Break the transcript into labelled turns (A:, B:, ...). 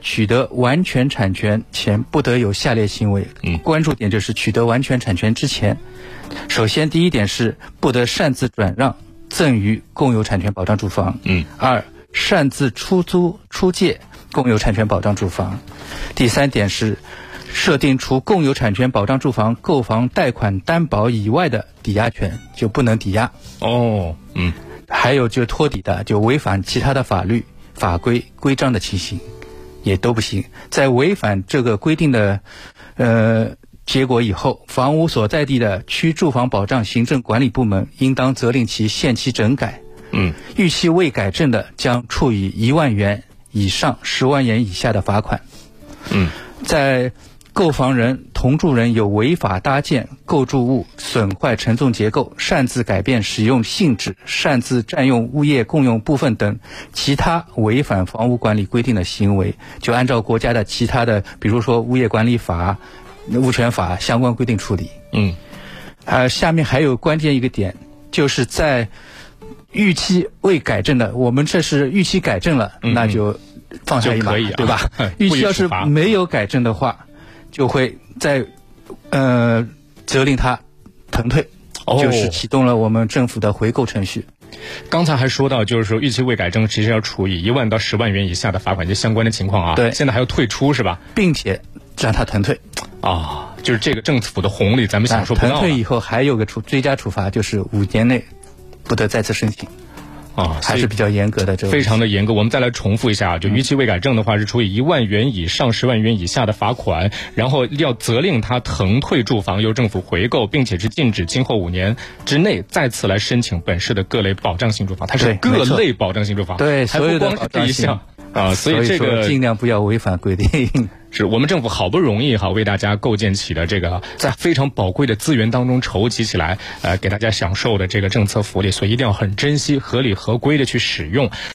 A: 取得完全产权前不得有下列行为。
B: 嗯
A: 关注点就是取得完全产权之前，首先第一点是不得擅自转让、赠与共有产权保障住房。
B: 嗯，
A: 二擅自出租、出借共有产权保障住房。第三点是设定除共有产权保障住房购房贷款担保以外的抵押权就不能抵押。
B: 哦，嗯，
A: 还有就是托底的，就违反其他的法律法规规章的情形，也都不行。在违反这个规定的，呃，结果以后，房屋所在地的区住房保障行政管理部门应当责令其限期整改。
B: 嗯，
A: 逾期未改正的，将处以一万元以上十万元以下的罚款。
B: 嗯，
A: 在购房人、同住人有违法搭建、构筑物、损坏承重结构、擅自改变使用性质、擅自占用物业共用部分等其他违反房屋管理规定的行为，就按照国家的其他的，比如说物业管理法、物权法相关规定处理。
B: 嗯，
A: 呃，下面还有关键一个点，就是在逾期未改正的，我们这是逾期改正了，
B: 嗯
A: 那就放下一
B: 就
A: 马，
B: 可以啊
A: 对吧
B: 不予处罚？
A: 逾期要是没有改正的话，就会在呃责令他腾退，
B: 哦
A: 就是启动了我们政府的回购程序。
B: 刚才还说到，就是说逾期未改正，其实要处以一万到十万元以下的罚款，就相关的情况啊。
A: 对
B: 现在还要退出是吧？
A: 并且让他腾退，啊
B: 啊，就是这个政府的红利，咱们享受不
A: 腾
B: 到
A: 退
B: 了
A: 以后哎还有个处追加处罚，就是五年内不得再次申请，
B: 啊，
A: 还是比较严格的这个
B: 非常的严格。我们再来重复一
A: 嗯
B: 下啊，就逾期未改正的话，是处以一万元以上十万元以下的罚款，然后要责令他腾退住房，由政府回购，并且是禁止今后五年之内再次来申请本市的各类保障性住房。它是
A: 对
B: 各
A: 没错
B: 类保障性住房，
A: 对
B: 还
A: 所
B: 不
A: 有的
B: 光是
A: 保
B: 这
A: 障
B: 一
A: 性
B: 项啊，所以这
A: 说
B: 个
A: 尽量不要违反规定。
B: 是我们政府好不容易哈为大家构建起的这个在非常宝贵的资源当中筹集起来，呃，给大家享受的这个政策福利，所以一定要很珍惜、合理合规的去使用。